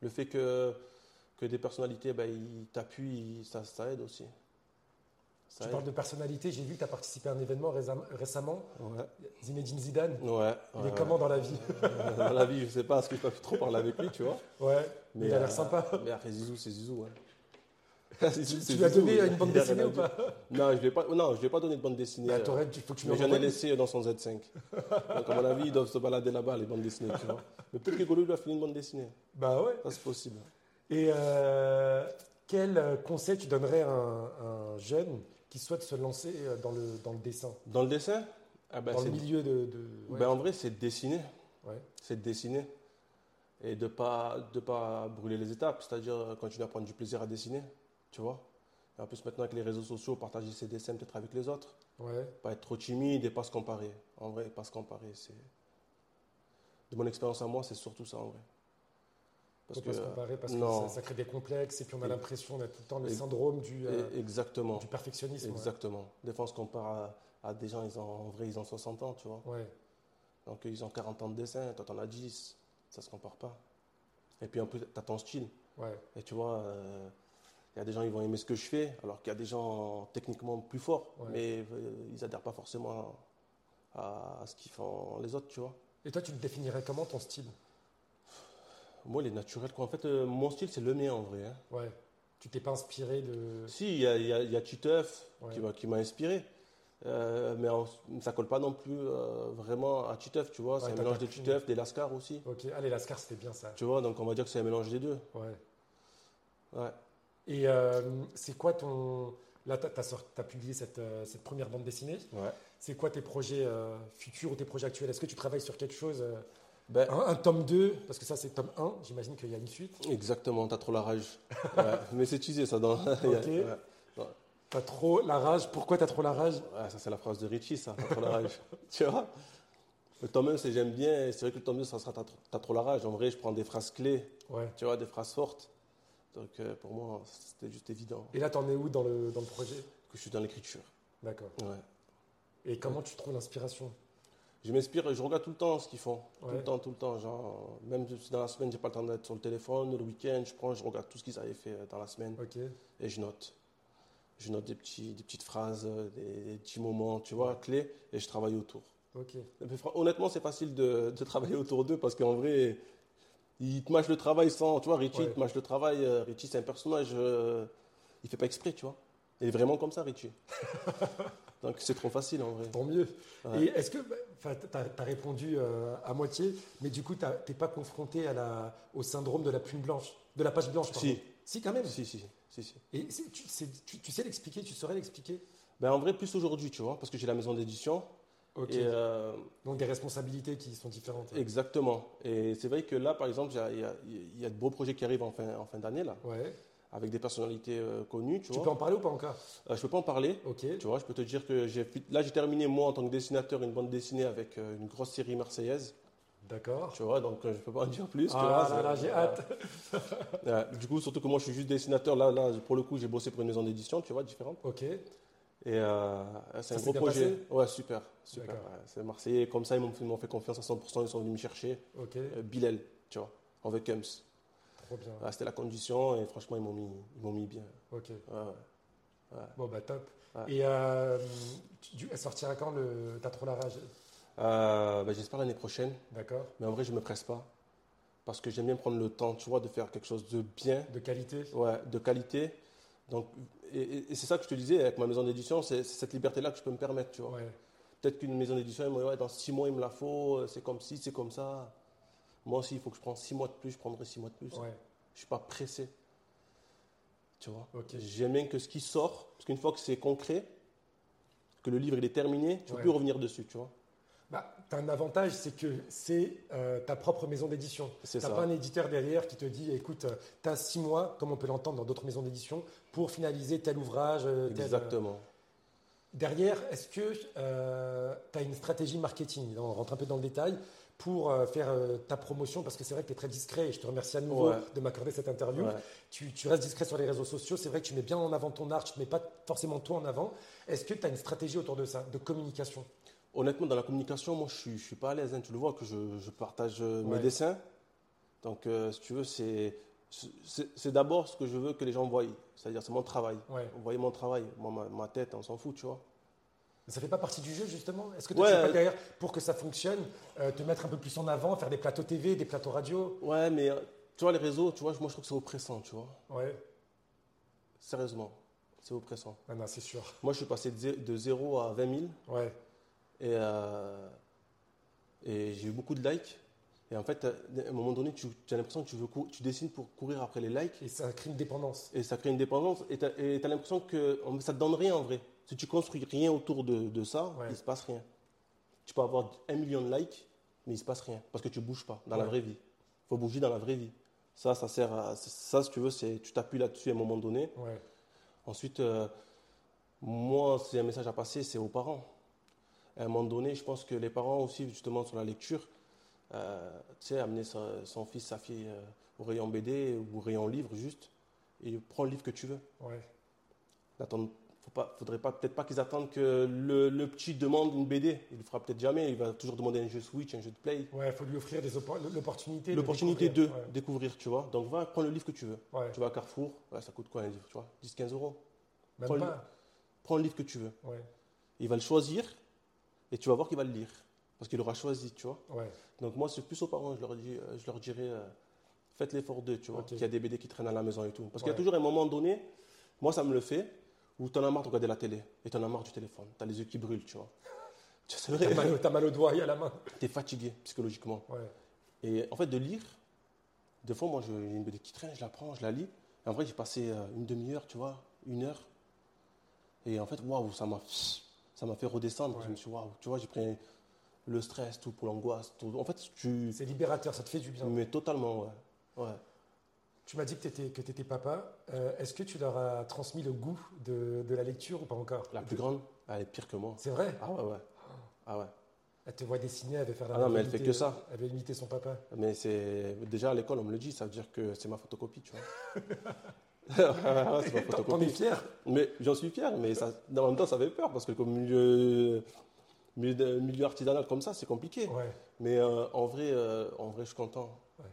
B: Le fait que, que des personnalités ben, ils t'appuient, ils- ça, ça aide aussi.
A: Tu
B: Ça aide.
A: parles de personnalité, j'ai vu que tu as participé à un événement résa- récemment.
B: Ouais.
A: Zinedine Zidane,
B: Ouais, ouais,
A: il
B: ouais.
A: est comment dans la vie
B: Dans la vie, je sais pas, parce que je peux plus trop parler avec lui, tu vois.
A: Ouais, mais
B: Mais,
A: il a
B: euh,
A: l'air sympa.
B: Mais après, Zizou, c'est Zizou. hein. [LAUGHS] Zizou,
A: Tu
B: c'est
A: lui as
B: Zizou,
A: donné
B: il a-
A: une bande
B: il a
A: dessinée
B: rien
A: ou
B: à
A: pas
B: dire. Non, je ne lui ai pas- non, je lui ai pas donné de bande dessinée.
A: Bah,
B: euh,
A: t'aurais dû- faut que tu me
B: mais j'en ai
A: renvoies.
B: laissé dans son Z5. Donc, à mon avis, ils doivent se balader là-bas, les bandes dessinées, tu vois. Mais peut-être que Golo lui a fini une bande dessinée.
A: Bah ouais.
B: Ça, c'est possible.
A: Et euh, quel euh, conseil tu donnerais à un, un jeune qui souhaite se lancer euh, dans le, dans le dessin
B: Dans le dessin ah ben,
A: Dans le
B: c'est- Bah,
A: milieu de. de- ouais.
B: Ben, en vrai, c'est de dessiner.
A: Ouais.
B: C'est de dessiner. Et de ne pas, de pas brûler les étapes, c'est-à-dire euh, continuer à prendre du plaisir à dessiner, tu vois. Et en plus, maintenant, avec les réseaux sociaux, partager ses dessins peut-être avec les autres.
A: Ouais.
B: Pas être trop timide et pas se comparer. En vrai, pas se comparer, c'est... De mon expérience à moi, c'est surtout ça, en vrai.
A: Faut pas se comparer parce
B: non.
A: que ça, ça crée des complexes et puis on a
B: Et-
A: l'impression d'être tout le temps le
B: et-
A: syndrome du, euh,
B: Et- e-, Exactement,
A: du perfectionnisme. ouais.
B: exactement. Des fois, on se compare à, à des gens, ils ont, en vrai, ils ont 60 ans, tu vois.
A: Ouais.
B: Donc ils ont 40 ans de dessin, toi t'en as 10, ça se compare pas. Et puis en plus, t'as ton style.
A: Ouais.
B: Et tu vois, euh, il y a des gens qui vont aimer ce que je fais, alors qu'il y a des gens techniquement plus forts,
A: Ouais.
B: mais euh, ils adhèrent pas forcément à, à ce qu'ils font les autres, tu vois.
A: Et toi, tu le définirais comment ton style
B: Moi, il est naturel. Quoi. En fait, euh, mon style, c'est le mien en vrai. hein.
A: Ouais. Tu t'es pas inspiré de.
B: Si, il y a, il y a- il y a Titeuf
A: Ouais.
B: qui m'a- qui m'a inspiré. Euh, mais ça ça colle pas non plus euh, vraiment à Titeuf, tu vois.
A: Ouais,
B: c'est un
A: t'as
B: mélange
A: pas
B: de
A: pu-
B: Titeuf, des Lascar aussi.
A: Ok, allez, Lascar, c'était bien ça.
B: Tu vois, donc on va dire que c'est un mélange des deux.
A: Ouais.
B: Ouais.
A: Et euh, c'est quoi ton. Là, tu as, publié cette, euh, cette première bande dessinée.
B: ouais.
A: C'est quoi tes projets euh, futurs ou tes projets actuels Est-ce que tu travailles sur quelque chose euh,
B: Ben,
A: un, un tome 2 Parce que ça, c'est tome 1. J'imagine qu'il y a une suite.
B: Exactement, t'as trop la rage.
A: [LAUGHS]
B: Ouais, mais c'est teasé ça. Dans... [LAUGHS] il y a-
A: Ok.
B: ouais.
A: T'as trop la rage. Pourquoi t'as trop la rage
B: Ouais, Ah, ça, c'est la phrase de Richie, ça. T'as trop la rage. tu vois Le tome 1, c'est j'aime bien. et C'est vrai que le tome 2, ça sera t'as trop- t'as trop la rage. En vrai, je prends des phrases clés,
A: Ouais.
B: tu vois, des phrases fortes. Donc euh, pour moi, c'était juste évident
A: Et là, t'en es où dans le, dans le projet
B: que je suis dans l'écriture.
A: D'accord.
B: Ouais.
A: Et comment tu trouves l'inspiration
B: Je m'inspire, je regarde tout le temps ce qu'ils font. Tout
A: Ouais.
B: le temps, tout le temps. Genre, même si dans la semaine, j'ai pas le temps d'être sur le téléphone. Le week-end, je prends, je regarde tout ce qu'ils avaient fait euh, dans la semaine.
A: Ok.
B: et je note. Je note des, petits, des petites phrases, euh, des, des petits moments, tu vois, clés, et je travaille autour.
A: Ok.
B: Et puis, fran- honnêtement, c'est facile de, de travailler autour d'eux parce qu'en vrai, ils te mâchent le travail sans. Tu vois, Richie,
A: Ouais.
B: il te mâche le travail. euh, Richie, c'est un personnage. euh, il fait pas exprès, tu vois. Il est vraiment comme
A: [LAUGHS]
B: ça, Richie. Donc, c'est trop facile en vrai.
A: Tant mieux.
B: Ouais.
A: Et est-ce que, enfin, t'as as répondu euh, à moitié, mais du coup, t'as- t'es pas confronté à la, au syndrome de la plume blanche, de la page blanche, pardon.
B: Si.
A: Si, quand même.
B: Si, si, si, si.
A: Et c'est- tu, c'est- tu- tu sais l'expliquer, tu saurais l'expliquer.
B: Ben, en vrai, plus aujourd'hui, tu vois, parce que j'ai la maison d'édition.
A: Ok.
B: Et. euh,
A: Donc des responsabilités qui sont différentes.
B: Exactement. Et c'est vrai que là, par exemple, il y a- il y, a- il y a de beaux projets qui arrivent en fin, en fin d'année, là,
A: Ouais.
B: avec des personnalités euh, connues, tu
A: Tu
B: vois.
A: peux en parler ou pas encore
B: Euh, je peux pas en parler,
A: Ok.
B: tu vois. Je peux te dire que j'ai, fi- là, j'ai terminé, moi, en tant que dessinateur, une bande dessinée avec euh, une grosse série marseillaise,
A: D'accord.
B: tu vois. Donc, euh, je peux pas en dire plus. tu vois,
A: Ah là
B: c'est- euh,
A: là, j'ai hâte.
B: Ouais, du coup, surtout que moi, je suis juste dessinateur. Là, là, pour le coup, j'ai bossé pour une maison d'édition, tu vois, différente.
A: Ok.
B: Et euh, c'est
A: Ça
B: un
A: s'est
B: gros
A: bien
B: projet. Ouais, super, super.
A: D'accord.
B: ouais. c'est Marseillais. Comme euh, ça, ils m'ont, ils m'ont fait confiance à 100%. Ils sont venus me chercher.
A: Ok.
B: Euh, Bilal, tu vois, en Vekums.
A: Trop bien.
B: Ah, C'était la condition et franchement, ils m'ont mis, ils m'ont mis bien.
A: Ok.
B: Ouais, ouais.
A: Bon, bah top.
B: Ouais.
A: Et euh, tu- tu- elle sortira quand le. T'as trop la rage
B: Euh, ben, J'espère l'année prochaine,
A: D'accord
B: mais en vrai, je me presse pas. Parce que j'aime bien prendre le temps, tu vois, de faire quelque chose de bien,
A: De qualité
B: ouais, de qualité. Donc, et, et- et c'est ça que je te disais avec ma maison d'édition, c'est c'est cette liberté-là que je peux me permettre, tu vois.
A: Ouais.
B: Peut-être qu'une maison d'édition, elle me dit, ouais, dans six mois, il me la faut, euh, c'est comme ci, c'est comme ça. Moi aussi, il faut que je prenne six mois de plus, je prendrai six mois de plus.
A: Ouais.
B: Je suis pas pressé. Tu vois
A: Ok.
B: J'aime bien que ce qui sort, parce qu'une fois que c'est concret, que le livre il est terminé, tu
A: Ouais.
B: peux plus revenir dessus, tu vois
A: Bah, t'as un avantage, c'est que c'est euh, ta propre maison d'édition.
B: C'est
A: T'as
B: ça.
A: pas un éditeur derrière qui te dit, écoute, euh, t'as six mois, comme on peut l'entendre dans d'autres maisons d'édition, pour finaliser tel ouvrage. euh, tel, euh,
B: Exactement.
A: Derrière, est-ce que tu as une stratégie marketing On rentre un peu dans le détail pour euh, faire euh, ta promotion parce que c'est vrai que tu es très discret et je te remercie à nouveau
B: Ouais.
A: de m'accorder cette interview.
B: Ouais.
A: Tu, tu restes discret sur les réseaux sociaux, c'est vrai que tu mets bien en avant ton art, tu ne mets pas forcément toi en avant. Est-ce que tu as une stratégie autour de ça, de communication
B: Honnêtement, dans la communication, moi, je suis, je suis pas à l'aise. hein. Tu le vois que je, je partage euh, mes
A: Ouais.
B: dessins. Donc, euh, si tu veux, c'est c'est c'est d'abord ce que je veux que les gens voient. C'est-à-dire, c'est mon travail.
A: Ouais.
B: Vous voyez mon travail. Moi, ma, ma tête, on s'en fout, tu vois.
A: Ça fait pas partie du jeu justement Est-ce que tu
B: Ouais,
A: pas
B: euh,
A: derrière pour que ça fonctionne, euh, te mettre un peu plus en avant, faire des plateaux TV, des plateaux radio
B: Ouais, mais euh, tu vois, les réseaux, tu vois, moi, je trouve que c'est oppressant, tu vois.
A: Ouais,
B: Sérieusement, c'est oppressant.
A: Ah non, c'est sûr.
B: Moi, je suis passé de zé- de 0 à 20 000
A: Ouais,
B: et, euh, et j'ai eu beaucoup de likes. Et en fait, euh, à un moment donné, tu as l'impression que tu, veux cou- tu dessines pour courir après les likes.
A: et ça crée une dépendance.
B: Et ça crée une dépendance. Et tu as, l'impression que en- ça te donne rien en vrai. Si tu construis rien autour de, de ça,
A: Ouais.
B: il se passe rien. Tu peux avoir un million de likes, mais il se passe rien. Parce que tu bouges pas dans la
A: Ouais.
B: vraie vie. faut bouger dans la vraie vie. Ça, ça sert à. Ça, si tu veux, c'est tu t'appuies là-dessus à un moment donné.
A: Ouais,
B: Ensuite, euh, moi, c'est un message à passer, c'est aux parents. À un moment donné, je pense que les parents aussi, justement, sur la lecture, euh, tu sais, amener son, son fils, sa fille euh, au rayon BD ou au rayon livre, juste, et prends le livre que tu veux.
A: ouais.
B: N'attends- faut pas, faudrait pas, peut-être pas qu'ils attendent que le, le petit demande une BD. Il le fera peut-être jamais, il va toujours demander un jeu Switch, un jeu de Play.
A: Ouais, faut lui offrir des oppo- l'opportunité. de
B: L'opportunité de
A: découvrir.
B: découvrir, tu vois. Donc va, prends le livre que tu veux.
A: Ouais, ouais.
B: Tu vas à Carrefour, ouais, ça coûte quoi un livre, tu vois 10-15 euros.
A: Même
B: Prends le-
A: pas.
B: Prends le livre que tu veux.
A: Ouais,
B: Il va le choisir et tu vas voir qu'il va le lire. Parce qu'il aura choisi, tu vois.
A: ouais,
B: Donc moi, c'est plus aux parents, je leur, dis, euh, je leur dirais, euh, faites l'effort d'eux, tu vois.
A: Ok.
B: Qu'il y a des BD qui traînent à la maison et tout. Parce qu'il
A: Ouais.
B: y a toujours un moment donné, moi ça me le fait, où t'en as marre de regarder la télé et t'en as marre du téléphone. T'as les yeux qui brûlent, tu vois. [LAUGHS] Tu vois, C'est
A: T'as mal,
B: vrai,
A: au- t'as mal au doigt et à la main.
B: t'es fatigué psychologiquement.
A: Ouais,
B: Et en fait, de lire, des fois, moi, je- j'ai une BD qui traîne, je la prends, je la lis. Et en vrai, j'ai passé euh, une demi-heure, tu vois, une heure. Et en fait, waouh, ça m'a, ça m'a fait redescendre.
A: Ouais.
B: Je me suis, dit, waouh, tu vois, j'ai pris le stress, tout pour l'angoisse. Tout. En fait, tu
A: c'est libérateur, ça te fait du bien.
B: mais totalement, ouais. ouais.
A: Tu m'as dit que t'étais que t'étais papa. Euh, Est-ce que tu leur as transmis le goût de, de la lecture ou pas encore
B: La plus grande, elle est pire que moi.
A: C'est vrai
B: Ah ouais, ouais. Ah ouais.
A: Elle te voit dessiner, elle veut faire la
B: Ah non, mais elle
A: imiter- euh,
B: fait que ça.
A: Elle veut imiter son papa.
B: Mais c'est déjà à l'école, on me le dit, ça veut dire que c'est ma photocopie, tu
A: [LAUGHS]
B: vois. Ouais, ouais, [LAUGHS] c'est ma
A: T'en t'en es
B: photocopie.
A: fier
B: Mais j'en suis fier, mais ça, en même temps, ça fait peur parce que comme milieu, milieu, de- milieu artisanal comme ça, c'est compliqué.
A: Ouais.
B: Mais euh, en vrai, euh, en vrai, je suis content.
A: Ouais.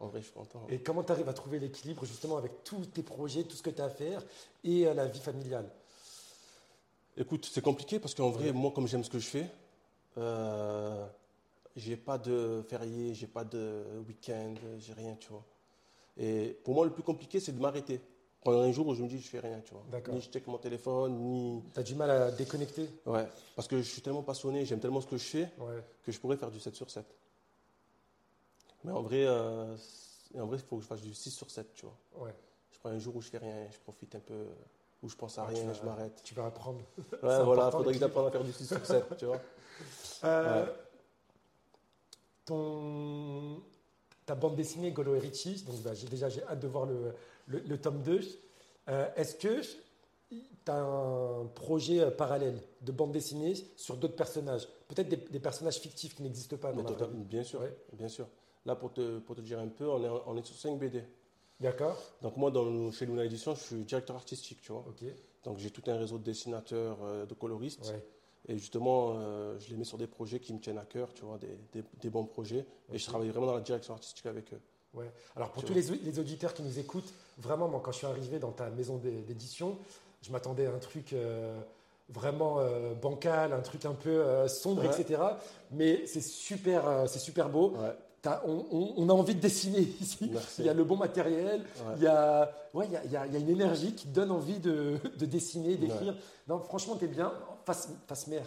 B: En vrai, je suis content.
A: Et comment tu arrives à trouver l'équilibre justement avec tous tes projets, tout ce que tu as à faire et euh, la vie familiale
B: Écoute, c'est compliqué parce qu'en vrai,
A: Ouais.
B: moi, comme j'aime ce que je fais, euh, j'ai pas de férié, j'ai pas de week-end, j'ai rien, tu vois. Et pour moi, le plus compliqué, c'est de m'arrêter. Pendant un jour où je me dis, je fais rien, tu vois.
A: D'accord.
B: Ni je check mon téléphone, ni.
A: Tu as du mal à déconnecter
B: Ouais, parce que je suis tellement passionné, j'aime tellement ce que je fais
A: Ouais.
B: que je pourrais faire du 7 sur 7. Mais en vrai, euh, c'est- en vrai, il faut que je fasse du 6 sur 7, tu vois.
A: Ouais.
B: Je prends un jour où je fais rien, je profite un peu, où je pense à
A: Ouais, tu
B: rien,
A: vas-
B: je
A: [LAUGHS]
B: m'arrête.
A: Tu vas apprendre.
B: Ouais, voilà,
A: important,
B: faudrait que
A: l'équilibre.
B: j'apprenne à faire du 6 sur 7, tu vois.
A: [LAUGHS] Euh,
B: Ouais.
A: ton, ta bande dessinée Golo et Richie, donc bah, j'ai déjà j'ai hâte de voir le, le, le tome 2. Euh, Est-ce que tu as un projet euh, parallèle de bande dessinée sur d'autres personnages Peut-être des, des personnages fictifs qui n'existent pas dans
B: Mais
A: la vraie
B: total-
A: vie.
B: bien sûr,
A: Ah, Ouais.
B: bien sûr. Là, pour te, pour te dire un peu, on est, on est sur 5 BD.
A: D'accord
B: Donc moi, dans, le- chez Luna Edition, je suis directeur artistique, tu vois.
A: Ok.
B: Donc j'ai tout un réseau de dessinateurs, euh, de coloristes.
A: Ouais.
B: Et justement, euh, je les mets sur des projets qui me tiennent à cœur, tu vois, des, des- des bons projets. Et
A: Ok.
B: je travaille vraiment dans la direction artistique avec eux.
A: Ouais. Alors pour
B: Tu
A: tous les, les auditeurs qui nous écoutent, vraiment, moi, quand je suis arrivé dans ta maison d'é- d'édition, je m'attendais à un truc euh, vraiment euh, bancal, un truc un peu euh, sombre,
B: Ouais.
A: etc. Mais c'est super, euh, c'est super beau.
B: Ouais,
A: T'as- on, on- on a envie de dessiner [LAUGHS] ici.
B: merci.
A: Il y a le bon matériel,
B: Ouais.
A: il y a, ouais, il y a- il y a- il y a une énergie qui donne envie de, de dessiner, d'écrire. Non, franchement, t'es bien. Face, face mer.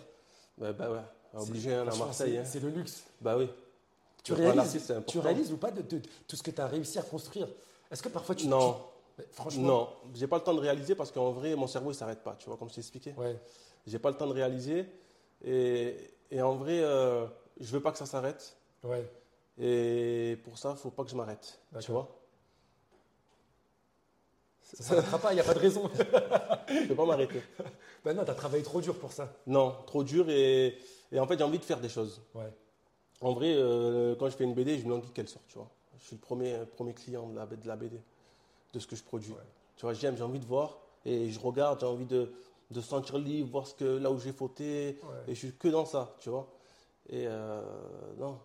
B: Ouais, bah ouais,
A: C'est-
B: obligé hein, à
A: franchement,
B: Marseille.
A: c'est-
B: hein.
A: C'est le luxe.
B: Bah oui.
A: Tu
B: Pour un artiste,
A: réalises,
B: c'est important.
A: tu réalises ou pas de, de- tout ce que tu as réussi à construire Est-ce que parfois tu.
B: Non.
A: tu- Mais franchement.
B: Non, j'ai pas le temps de réaliser parce qu'en vrai, mon cerveau il s'arrête pas, tu vois, comme je t'ai expliqué.
A: Ouais,
B: J'ai pas le temps de réaliser et, et en vrai, euh, je veux pas que ça s'arrête
A: ouais.
B: et pour ça, faut pas que je m'arrête, tu
A: D'accord.
B: vois.
A: Ça s'arrêtera pas, il n'y a pas de raison. [LAUGHS]
B: Je peux pas m'arrêter.
A: bah non, tu as travaillé trop dur pour ça.
B: Non, trop dur et, et en fait, j'ai envie de faire des choses.
A: Ouais.
B: En vrai, euh, quand je fais une BD, je me languis qu'elle sorte, tu vois. Je suis le premier, euh, premier client de la, de la BD, de ce que je produis.
A: Ouais.
B: Tu vois, j'aime, j'ai envie de voir et je regarde, j'ai envie de, de sentir le livre, voir ce que, là où j'ai fauté.
A: Ouais.
B: Et je suis que dans ça, tu vois. Et euh, non,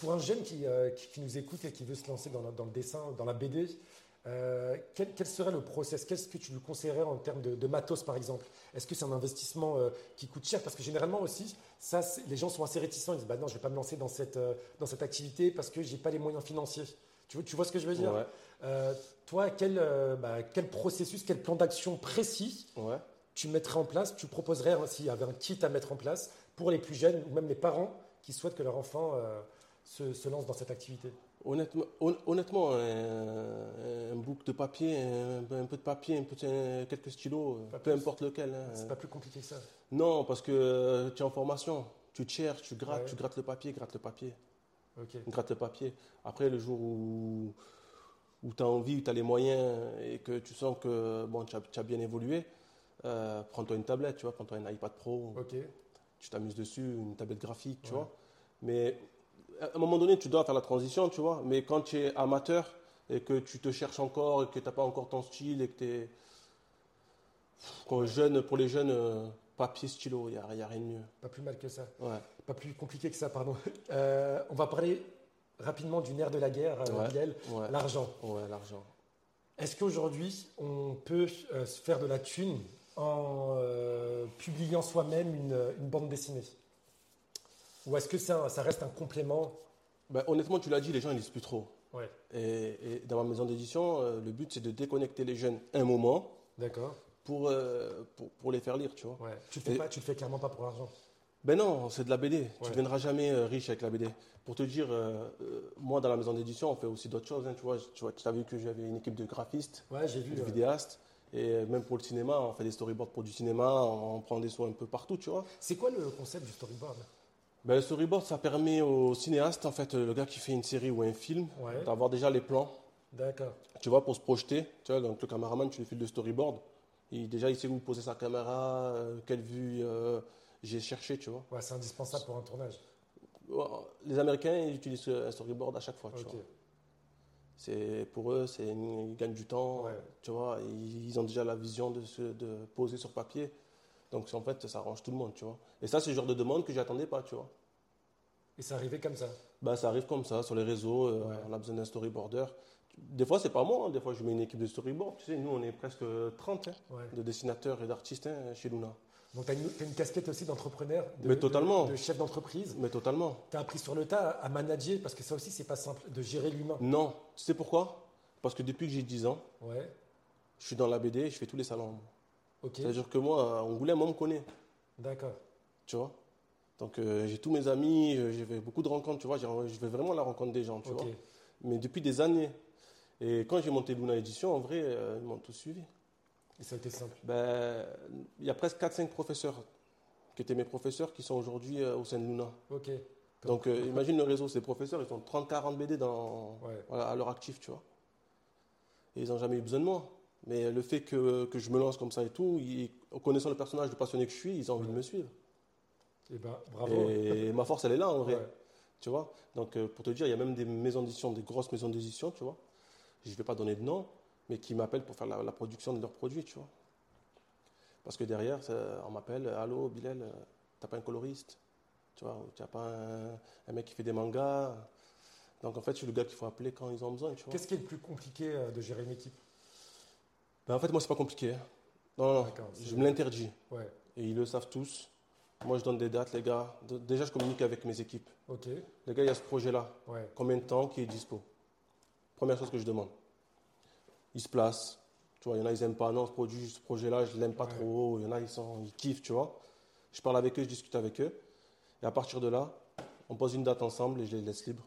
A: Pour un jeune qui, euh, qui, qui nous écoute et qui veut se lancer dans, la- dans le dessin, dans la BD, euh, quel, quel serait le process Qu'est-ce que tu lui conseillerais en termes de, de matos, par exemple Est-ce que c'est un investissement euh, qui coûte cher Parce que généralement aussi, ça, c'est- les gens sont assez réticents. Ils disent bah non, je ne vais pas me lancer dans cette, euh, dans cette activité parce que j'ai pas les moyens financiers. Tu vois, tu vois ce que je veux dire
B: ouais,
A: Euh, toi, quel, euh, bah, quel processus, quel plan d'action précis
B: ouais.
A: tu mettrais en place, tu proposerais hein, s'il y avait un kit à mettre en place pour les plus jeunes ou même les parents qui souhaitent que leur enfant euh, se, se lance dans cette activité
B: Honnêtement, hon- honnêtement, un, un book de papier, un, un peu de papier, un peu de- quelques stylos, euh,
A: Pas
B: peu
A: plus.
B: importe lequel. hein.
A: C'est pas plus compliqué que ça.
B: Non, parce que euh, tu es en formation, tu te cherches, tu grattes,
A: Ouais.
B: tu grattes le papier, gratte le papier.
A: Ok.
B: gratte le papier. Après, le jour où, où tu as envie, où tu as les moyens et que tu sens que bon, tu as, tu as bien évolué, euh, prends-toi une tablette, tu vois, prends-toi un iPad Pro,
A: Ok.
B: tu t'amuses dessus, une tablette graphique, tu
A: Ouais.
B: vois. Mais à un moment donné, tu dois faire la transition, tu vois. Mais quand tu es amateur et que tu te cherches encore et que tu n'as pas encore ton style et que tu es. jeune, pour les jeunes, euh, papier, stylo, il n'y a, y a rien de mieux.
A: Pas plus mal que ça.
B: Ouais.
A: Pas plus compliqué que ça, pardon. [LAUGHS] Euh, on va parler rapidement du nerf de la guerre, euh,
B: Ouais.
A: Bilal,
B: Ouais.
A: l'argent.
B: Ouais, l'argent.
A: Est-ce qu'aujourd'hui, on peut euh, se faire de la thune en euh, publiant soi-même une, une bande dessinée Ou est-ce que ça, ça reste un complément
B: Ben, honnêtement, tu l'as dit, les gens, ils lisent plus trop.
A: Ouais,
B: Et, et dans ma maison d'édition, euh, le but, c'est de déconnecter les jeunes un moment
A: d'accord.
B: pour, euh, pour, pour les faire lire, tu vois.
A: Ouais. Tu, le fais
B: Et-
A: pas, tu le fais clairement pas pour l'argent.
B: Ben non, c'est de la BD. Tu
A: Ouais.
B: ne deviendras jamais euh, riche avec la BD. Pour te dire, euh, euh, moi, dans la maison d'édition, on fait aussi d'autres choses. hein, tu vois, tu vois, tu as vu que j'avais une équipe de graphistes,
A: Ouais, j'ai vu.
B: de
A: ouais.
B: vidéastes. Et euh, même pour le cinéma, on fait des storyboards pour du cinéma, on prend des soins un peu partout, tu vois.
A: C'est quoi le concept du storyboard
B: Ben, le storyboard, ça permet au cinéaste, en fait, euh, le gars qui fait une série ou un film,
A: Ouais.
B: d'avoir déjà les plans,
A: D'accord.
B: tu vois, pour se projeter. Tu vois, donc le caméraman, tu lui files le storyboard. Il, déjà, il sait où poser sa caméra, euh, quelle vue euh, j'ai cherché, tu vois.
A: Ouais, c'est indispensable pour un tournage.
B: Ouais, Les Américains, ils utilisent euh, un storyboard à chaque fois, tu
A: Ok.
B: vois. C'est pour eux, c'est une- ils gagnent du temps,
A: Ouais.
B: tu vois. Ils, ils ont déjà la vision de se de poser sur papier. Donc c'est- en fait, ça arrange tout le monde, tu vois. Et ça, c'est le genre de demande que j'attendais pas, tu vois.
A: Et c'est arrivé comme ça.
B: Bah, ça arrive comme ça sur les réseaux. euh,
A: Ouais.
B: On a besoin d'un storyboarder. Des fois, c'est pas moi. hein, Des fois, je mets une équipe de storyboard. Tu sais, nous, on est presque 30 hein,
A: Ouais.
B: de dessinateurs et d'artistes hein, chez Luna.
A: Donc, tu as, une casquette aussi d'entrepreneur, de,
B: Mais totalement.
A: de, de chef d'entreprise.
B: Mais totalement.
A: Tu as appris sur le tas à manager, parce que ça aussi, c'est pas simple, de gérer l'humain.
B: Non. Tu sais pourquoi Parce que depuis que j'ai 10 ans,
A: Ouais,
B: je suis dans la BD et je fais tous les salons.
A: ok,
B: C'est-à-dire que moi, à Angoulême, on me connaît.
A: d'accord.
B: Tu vois Donc, euh, j'ai tous mes amis. euh, J'ai fait beaucoup de rencontres. Tu vois J'ai- Je vais vraiment à la rencontre des gens. Tu
A: Ok.
B: vois Mais depuis des années. Et quand j'ai monté Luna Édition, en vrai, euh, ils m'ont tous suivi.
A: Et ça a été simple.
B: Ben, il y a presque 4-5 professeurs qui étaient mes professeurs qui sont aujourd'hui euh, au sein de Luna.
A: Ok.
B: Donc euh, imagine le réseau, ces professeurs, ils ont 30-40 BD dans,
A: Ouais.
B: voilà, à leur actif, tu vois. Et ils n'ont jamais eu besoin de moi. Mais le fait que, que je me lance comme ça et tout, ils- en connaissant le personnage, le passionné que je suis, ils ont envie de me suivre.
A: Et ben, bravo.
B: Et ma force, elle est là en vrai.
A: Ouais.
B: Tu vois Donc, euh, pour te dire, il y a même des maisons d'édition, des grosses maisons d'édition, tu vois. Je ne vais pas donner de nom, mais qui m'appellent pour faire la, la production de leurs produits, tu vois. Parce que derrière, ça- on m'appelle Allô, Bilal, euh, t'as pas un coloriste Tu vois, ou t'as pas un, un mec qui fait des mangas Donc en fait, je suis le gars qu'il faut appeler quand ils ont besoin, tu vois.
A: Qu'est-ce qui est le plus compliqué euh, de gérer une équipe
B: Ben, en fait, moi, c'est pas compliqué. hein. Non, non, non.
A: D'accord, c'est-
B: je me l'interdis.
A: Ouais,
B: Et ils le savent tous. Moi, je donne des dates, les gars. De- Déjà, je communique avec mes équipes.
A: ok,
B: Les gars, il y a ce projet-là.
A: ouais,
B: Combien de temps qui est dispo Première chose que je demande. Ils se placent. Tu vois, il y en a, ils n'aiment pas. Non, ce produit, ce projet-là, je ne l'aime pas
A: Ouais.
B: trop. Il y en a, ils, sont, ils kiffent, tu vois. Je parle avec eux, je discute avec eux. Et à partir de là, on pose une date ensemble et je les laisse libres.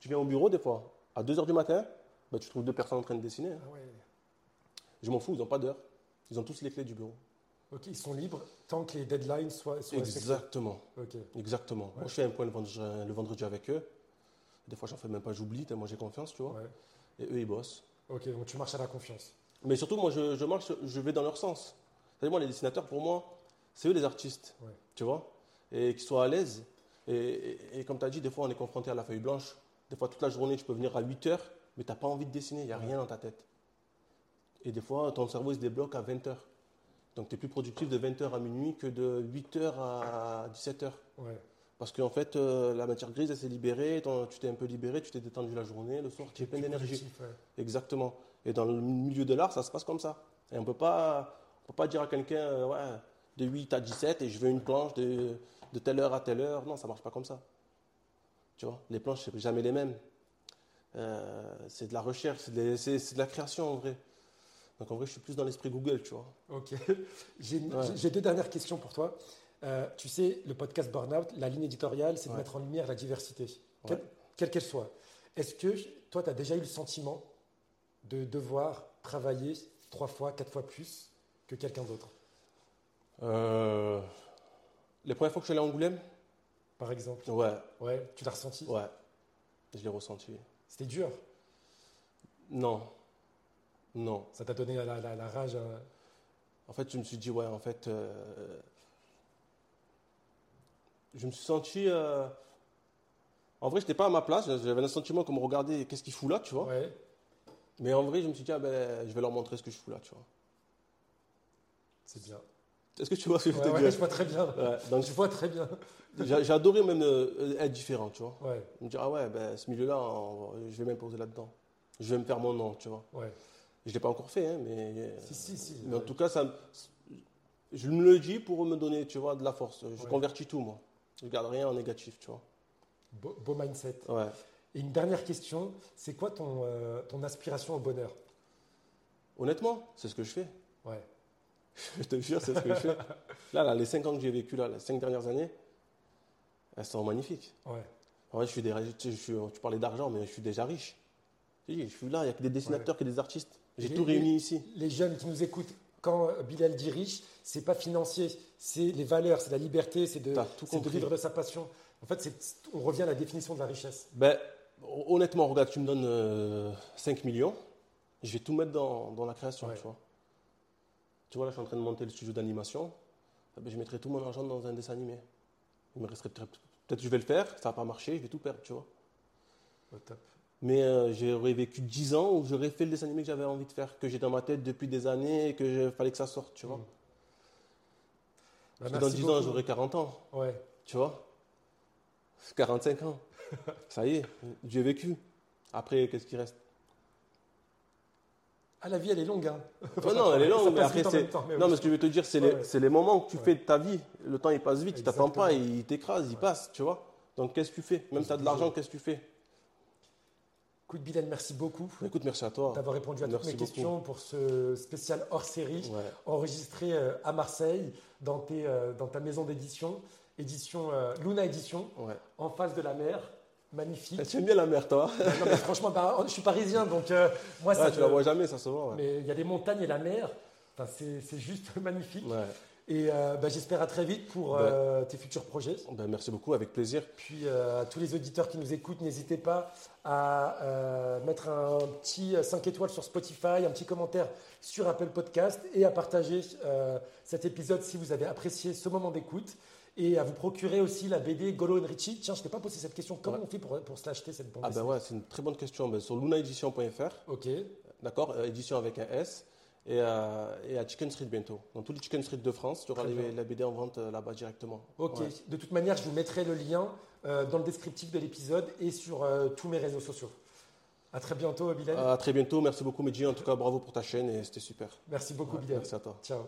B: Tu viens au bureau des fois, à 2h du matin, bah, tu trouves deux personnes en train de dessiner. hein.
A: ah ouais.
B: Je m'en fous, ils n'ont pas d'heure. Ils ont tous les clés du bureau.
A: Ok, ils sont libres tant que les deadlines soient, soient respectées.
B: Exactement.
A: Ok,
B: Exactement. Moi, je fais un point le vendredi, le vendredi avec eux. Des fois, j'en fais même pas, j'oublie, tellement j'ai confiance, tu vois.
A: ouais.
B: Et eux, ils bossent.
A: Ok, donc tu marches à la confiance.
B: Mais surtout, moi, je, je marche, je vais dans leur sens. C'est-à-dire, moi, les dessinateurs, pour moi, c'est eux les artistes,
A: Ouais.
B: tu vois, et qu'ils soient à l'aise. Et, et- et comme tu as dit, des fois, on est confronté à la feuille blanche. Des fois, toute la journée, tu peux venir à 8 heures, mais tu n'as pas envie de dessiner, il n'y a rien dans ta tête. Et des fois, ton cerveau, il se débloque à 20 heures. Donc, tu es plus productif de 20 heures à minuit que de 8 heures à 17 heures.
A: Ouais,
B: Parce qu'en fait, euh, la matière grise, elle s'est libérée, ton- tu t'es un peu libéré, tu t'es détendu la journée, le soir, tu es plein
A: Plus
B: d'énergie.
A: productif, ouais.
B: Exactement. Et dans le milieu de l'art, ça se passe comme ça. Et on peut pas, on peut pas dire à quelqu'un, euh, ouais, de 8 à 17 et je veux une planche de, de telle heure à telle heure. Non, ça marche pas comme ça. Tu vois, les planches, c'est jamais les mêmes. Euh, c'est de la recherche, c'est de, c'est- c'est de la création en vrai. Donc en vrai, je suis plus dans l'esprit Google, tu vois.
A: Ok. [LAUGHS] J'ai une-
B: Ouais.
A: j'ai- j'ai deux dernières questions pour toi. Euh, tu sais, le podcast Burnout, la ligne éditoriale, c'est de
B: Ouais.
A: mettre en lumière la diversité, quelle
B: Ouais.
A: quelle qu'elle soit. Est-ce que toi, tu as déjà eu le sentiment de devoir travailler trois fois, quatre fois plus que quelqu'un d'autre,
B: Euh, les premières fois que je suis allé à Angoulême,
A: par exemple
B: ouais,
A: Ouais, tu l'as ressenti
B: ouais, je l'ai ressenti.
A: C'était dur.
B: Non, non.
A: Ça t'a donné la, la- la rage. euh,
B: En fait, je me suis dit, ouais, en fait, euh, je me suis senti. euh, en vrai, je n'étais pas à ma place. J'avais le sentiment qu'on me regardait, qu'est-ce qu'il fout là, tu vois.
A: Ouais.
B: Mais en vrai, je me suis dit, ah ben, je vais leur montrer ce que je fous là, tu vois.
A: C'est bien.
B: Est-ce que tu vois ce que je
A: Ouais,
B: veux
A: ouais,
B: te
A: je
B: dire
A: vois très bien.
B: Ouais, donc,
A: Je vois très bien.
B: j'ai j'ai adoré même euh, être différent, tu vois.
A: Ouais,
B: Me dire, ah ouais, ben, ce milieu-là, on- je vais m'imposer là-dedans. Je vais me faire mon nom, tu vois.
A: ouais.
B: Je ne l'ai pas encore fait, hein, mais. euh,
A: Si, si, si.
B: Mais en tout cas, ça, me- je me le dis pour me donner, tu vois, de la force. Je
A: Ouais.
B: convertis tout, moi. Je garde rien en négatif, tu vois.
A: Beau- beau mindset.
B: Ouais.
A: Et une dernière question, c'est quoi ton, euh, ton aspiration au bonheur
B: Honnêtement, c'est ce que je fais. [LAUGHS]
A: Ouais,
B: Je te jure, c'est ce que je fais. Là, là, les cinq ans que j'ai vécu, là, les cinq dernières années, elles sont magnifiques.
A: ouais,
B: En vrai, je suis des, tu, sais, je suis- tu parlais d'argent, mais je suis déjà riche. Je dis, je suis là, il n'y a que des dessinateurs, que des artistes. J'ai
A: Et-
B: tout réuni ici.
A: Les jeunes qui nous écoutent, quand euh, Bilal dit riche, c'est pas financier, c'est les valeurs, c'est la liberté, c'est de,
B: T'as tout
A: c'est de
B: compris.
A: vivre de sa passion. En fait, c'est- on revient à la définition de la richesse.
B: Ben, hon- honnêtement, regarde, tu me donnes euh, 5 millions, je vais tout mettre dans, dans la création,
A: Ouais.
B: tu vois. Tu vois, là, je suis en train de monter le studio d'animation. Ah ben, je mettrai tout mon argent dans un dessin animé. Il me resterait peut-être, peut-être que je vais le faire, ça va pas marcher, je vais tout perdre, tu vois.
A: Au top.
B: Mais euh, j'aurais vécu 10 ans où j'aurais fait le dessin animé que j'avais envie de faire, que j'ai dans ma tête depuis des années et que je- fallait que ça sorte, tu vois.
A: Mm. Bah,
B: Parce que
A: merci
B: dans 10 ans,
A: beaucoup.
B: j'aurai 40 ans,
A: Ouais,
B: tu vois. 45
A: [LAUGHS]
B: ans. ça y est, j'ai vécu. Après, qu'est-ce qui reste
A: ah, la vie, elle est longue. hein.
B: [LAUGHS] Ouais, non, elle est
A: Ça
B: longue, mais
A: passe
B: après,
A: vite en
B: c'est.
A: même temps, mais
B: Non,
A: oui.
B: mais ce que je veux te dire, c'est
A: Ouais,
B: les-
A: ouais.
B: c'est les, moments que tu
A: Ouais.
B: fais de ta vie. Le temps, il passe vite, tu t'attends pas,
A: Exactement.
B: il t'écrase, il passe, tu vois. Donc, qu'est-ce que tu fais Même si tu as de
A: toujours.
B: l'argent, qu'est-ce que tu fais
A: Écoute, Bilal, merci beaucoup
B: Bah, Écoute, merci à toi.
A: d'avoir répondu à toutes
B: Merci
A: mes
B: beaucoup.
A: questions pour ce spécial hors série.
B: Ouais.
A: enregistré euh, à Marseille dans, tes, euh, dans ta maison d'édition, édition euh, Luna Édition,
B: Ouais. Eh,
A: en face de la mer.
B: [LAUGHS]
A: Magnifique.
B: Tu aimes bien la mer, toi
A: Non, mais franchement, bah, je suis parisien, donc euh, moi, ça
B: Ouais, Tu la
A: me-
B: vois jamais, [LAUGHS] ça se voit. Ouais.
A: Mais il y a les montagnes et la mer. Enfin, c'est c'est juste [LAUGHS] magnifique.
B: Ouais.
A: Et euh, bah, j'espère à très vite pour
B: Bah.
A: euh, tes futurs projets.
B: Ben, merci beaucoup, avec plaisir.
A: Puis euh, à tous les auditeurs qui nous écoutent, n'hésitez pas à euh, mettre un petit euh, 5 étoiles sur Spotify, un petit commentaire sur Apple Podcast et à partager euh, cet épisode si vous avez apprécié ce moment d'écoute. Et à vous procurer aussi la BD Golo and Richie. Tiens, je ne t'ai pas posé cette question. Comment
B: Ouais.
A: on fait pour, pour se l'acheter cette bande
B: Ah ben
A: dessinée
B: ouais, c'est une très bonne question. Ben, sur lunaedition.fr,
A: Ok,
B: d'accord, euh, édition avec un S. et, euh, et à Chicken Street bientôt. Dans tous les Chicken Street de France, tu auras
A: Très
B: les-
A: bien.
B: la BD en vente euh, là-bas directement.
A: Ok,
B: Ouais.
A: de toute manière, je vous mettrai le lien euh, dans le descriptif de l'épisode et sur euh, tous mes réseaux sociaux. À très bientôt, Bilal.
B: Euh, À très bientôt. Merci beaucoup, Mehdi. En tout cas, bravo pour ta chaîne et c'était super.
A: Merci beaucoup,
B: Ouais,
A: Bilal.
B: merci à toi.
A: Ciao.